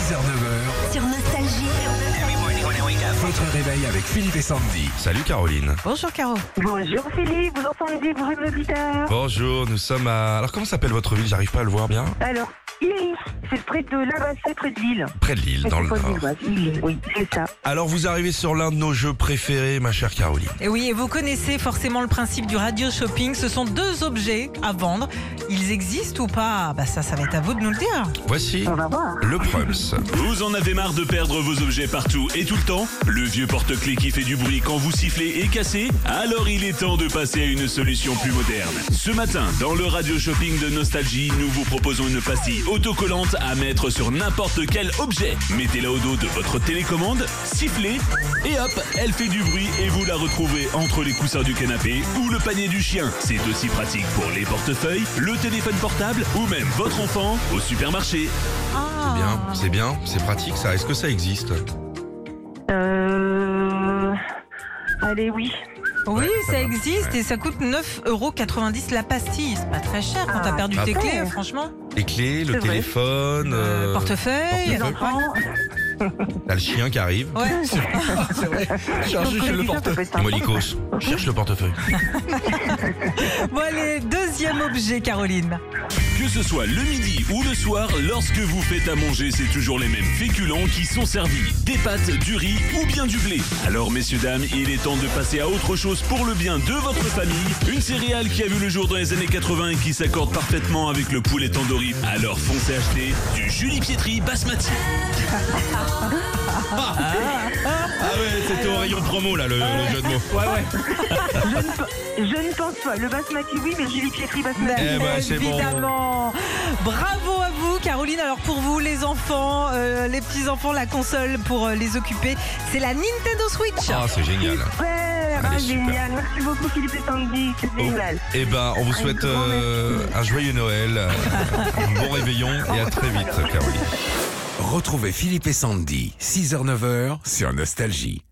6h-9h, Sur Nostalgie. votre réveil avec Philippe et Sandy. Salut Caroline. Bonjour Caro. Bonjour Philippe, bonjour Sandy, bonjour les auditeurs. Bonjour, nous sommes à. Alors comment s'appelle votre ville J'arrive pas à le voir bien. Alors, Illy, c'est près de Lavassé, près de Lille. Près de Ah, Lille, dans le Métropole Nord. lilloise, Illy, oui, c'est ça. Alors vous arrivez sur l'un de nos jeux préférés, ma chère Caroline. Et Eh oui, et vous connaissez forcément le principe du radio shopping. Ce sont deux objets à vendre. Ils existent ou pas Bah ça, ça va être à vous de nous le dire. Voici On va voir. le Prums. Vous en avez marre de perdre vos objets partout et tout le temps Le vieux porte-clés qui fait du bruit quand vous sifflez est cassé Alors il est temps de passer à une solution plus moderne. Ce matin, dans le radio shopping de Nostalgie, nous vous proposons une pastille autocollante à mettre sur n'importe quel objet. Mettez-la au dos de votre télécommande, sifflez, et hop, elle fait du bruit et vous la retrouvez entre les coussins du canapé ou le panier du chien. C'est aussi pratique pour les portefeuilles, le téléphone portable ou même votre enfant au supermarché. Ah. Bien, c'est bien, c'est pratique ça. Est-ce que ça existe Euh... Allez, oui. Oui, Ouais, ça ça va. existe et ça coûte 9,90€ la pastille. C'est pas très cher quand t'as perdu Ah tes bon clés, franchement. Les clés, le C'est vrai. téléphone, Euh, euh, portefeuille. Les enfants, t'as le chien qui arrive. Ouais. c'est vrai, cherche le portefeuille. Ça peut être sympa. Molikos, cherche le portefeuille. Bon allez, deuxième objet, Caroline. Que ce soit le midi ou le soir, lorsque vous faites à manger, c'est toujours les mêmes féculents qui sont servis. Des pâtes, du riz ou bien du blé. Alors messieurs, dames, il est temps de passer à autre chose pour le bien de votre famille. Une céréale qui a vu le jour dans les années 80 et qui s'accorde parfaitement avec le poulet tandoori. Alors foncez acheter du Julie Pietri basmati. Ah ouais, c'était au rayon promo là, le, le jeu de mots. Ouais, ouais. je, ne, pe- je ne pense pas. Le basmati, oui, mais Julie Pietri basmati. Eh ben, c'est bon. évidemment. Bravo à vous, Caroline. Alors pour vous, les enfants, euh, les petits enfants, la console pour euh, les occuper, c'est la Nintendo Switch. Ah, c'est génial. Ouais, Elle ah, est super. génial. Merci beaucoup Philippe et Sandy, c'est génial. Eh ben, on vous souhaite grand euh, un joyeux Noël, euh, un bon réveillon et à très vite, Caroline. Retrouvez Philippe et Sandy, 6h-9h sur Nostalgie.